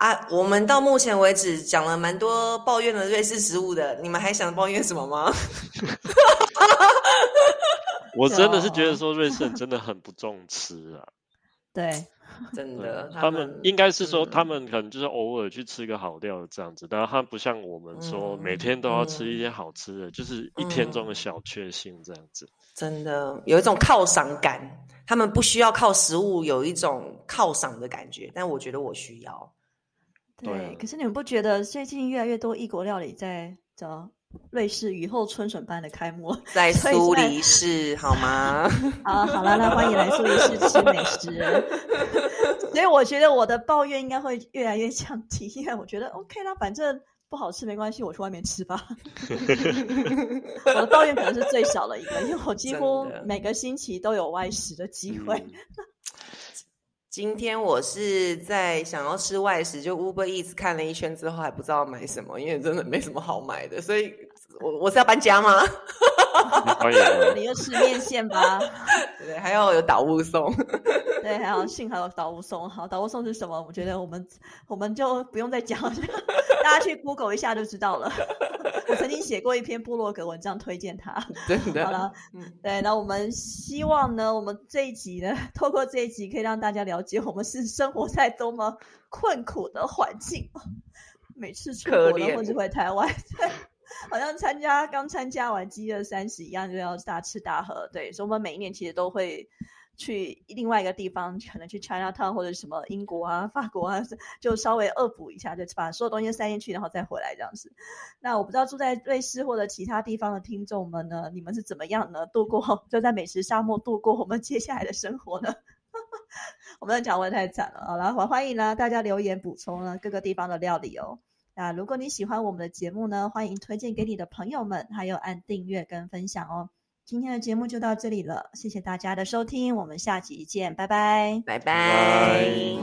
Speaker 4: 啊！我们到目前为止讲了蛮多抱怨的瑞士食物的，你们还想抱怨什 么吗？
Speaker 2: 我真的是
Speaker 3: 有
Speaker 2: 觉得说瑞士人真的很不重吃啊。
Speaker 3: 对，
Speaker 4: 真
Speaker 2: 对
Speaker 4: 的，
Speaker 2: 嗯他们应该是说，他
Speaker 4: 嗯
Speaker 2: 们可能就是偶尔去吃个好料这样子，但他不像我们说每
Speaker 4: 嗯
Speaker 2: 天都要吃
Speaker 4: 嗯
Speaker 2: 一些好吃的，就是一天中
Speaker 4: 嗯
Speaker 2: 的小确幸这样子。
Speaker 4: 真的有一种犒赏感，他们不需要靠食物有一种犒赏的感觉，但我觉得我需要。
Speaker 2: 对啊
Speaker 3: 对，可是你们不觉得最近越来越多异国料理在叫瑞士雨后春笋般的开幕
Speaker 4: 在
Speaker 3: 所以
Speaker 4: 苏
Speaker 3: 现在
Speaker 4: 黎世好吗？
Speaker 3: 啊？好啦，那欢迎来苏黎世 吃美食。所以我觉得我的抱怨应该会越来越降低，因为我觉得 OK 啦，反正不好吃没关系，我去外面 吃吧。我的抱怨可能是最少的一个，因为我几乎
Speaker 4: 真的
Speaker 3: 每个星期都有外食的机会。
Speaker 2: 嗯
Speaker 4: 今天我是在想要吃外食，就 Uber Eats 看了一圈之后还不知道买什么，因为真的没什么好买的，所以我我是要搬家吗？
Speaker 2: 欢迎
Speaker 4: 嗯
Speaker 2: 啊
Speaker 3: 你就吃面线吧，
Speaker 4: 对，还要有导物送。
Speaker 3: 对，还有幸好有导物送，好，导物送是什么？我觉得我们我们就不用再讲了，大家去 Google 一下就知道了。 我曾经写过一篇部落格文章推荐它。
Speaker 4: 真的。
Speaker 3: 好了，
Speaker 4: 嗯
Speaker 3: 对，那我们希望呢，我们这一集呢， 透过这一集可以让大家了解我们是生活在多么困苦的环境。每次出
Speaker 4: 可
Speaker 3: 国都
Speaker 4: 怜
Speaker 3: 或者回台湾，对，好像参加刚参加完饥饿三十一样，就要大吃大喝。对，所以我们每一年其实都会去另外一个地方，可能去 China Town 或者什么英国啊、法国啊，就稍微恶补一下，就把所有东西塞进去，然后再回来这样子。那我不知道住在瑞士或者其他地方的听众们呢，你们是怎么样呢？度过就在美食沙漠度过我们接下来的生活呢？ 我们的讲问太惨了，好了，欢欢迎呢大家留言补充呢各个地方的料理哦。那如果你喜欢我们的节目呢，欢迎推荐给你的朋友们，还有按订阅跟分享哦。今天的节目就到这里了，谢谢大家的收听，我们下集见，拜拜。
Speaker 4: 拜
Speaker 2: 拜
Speaker 4: 拜。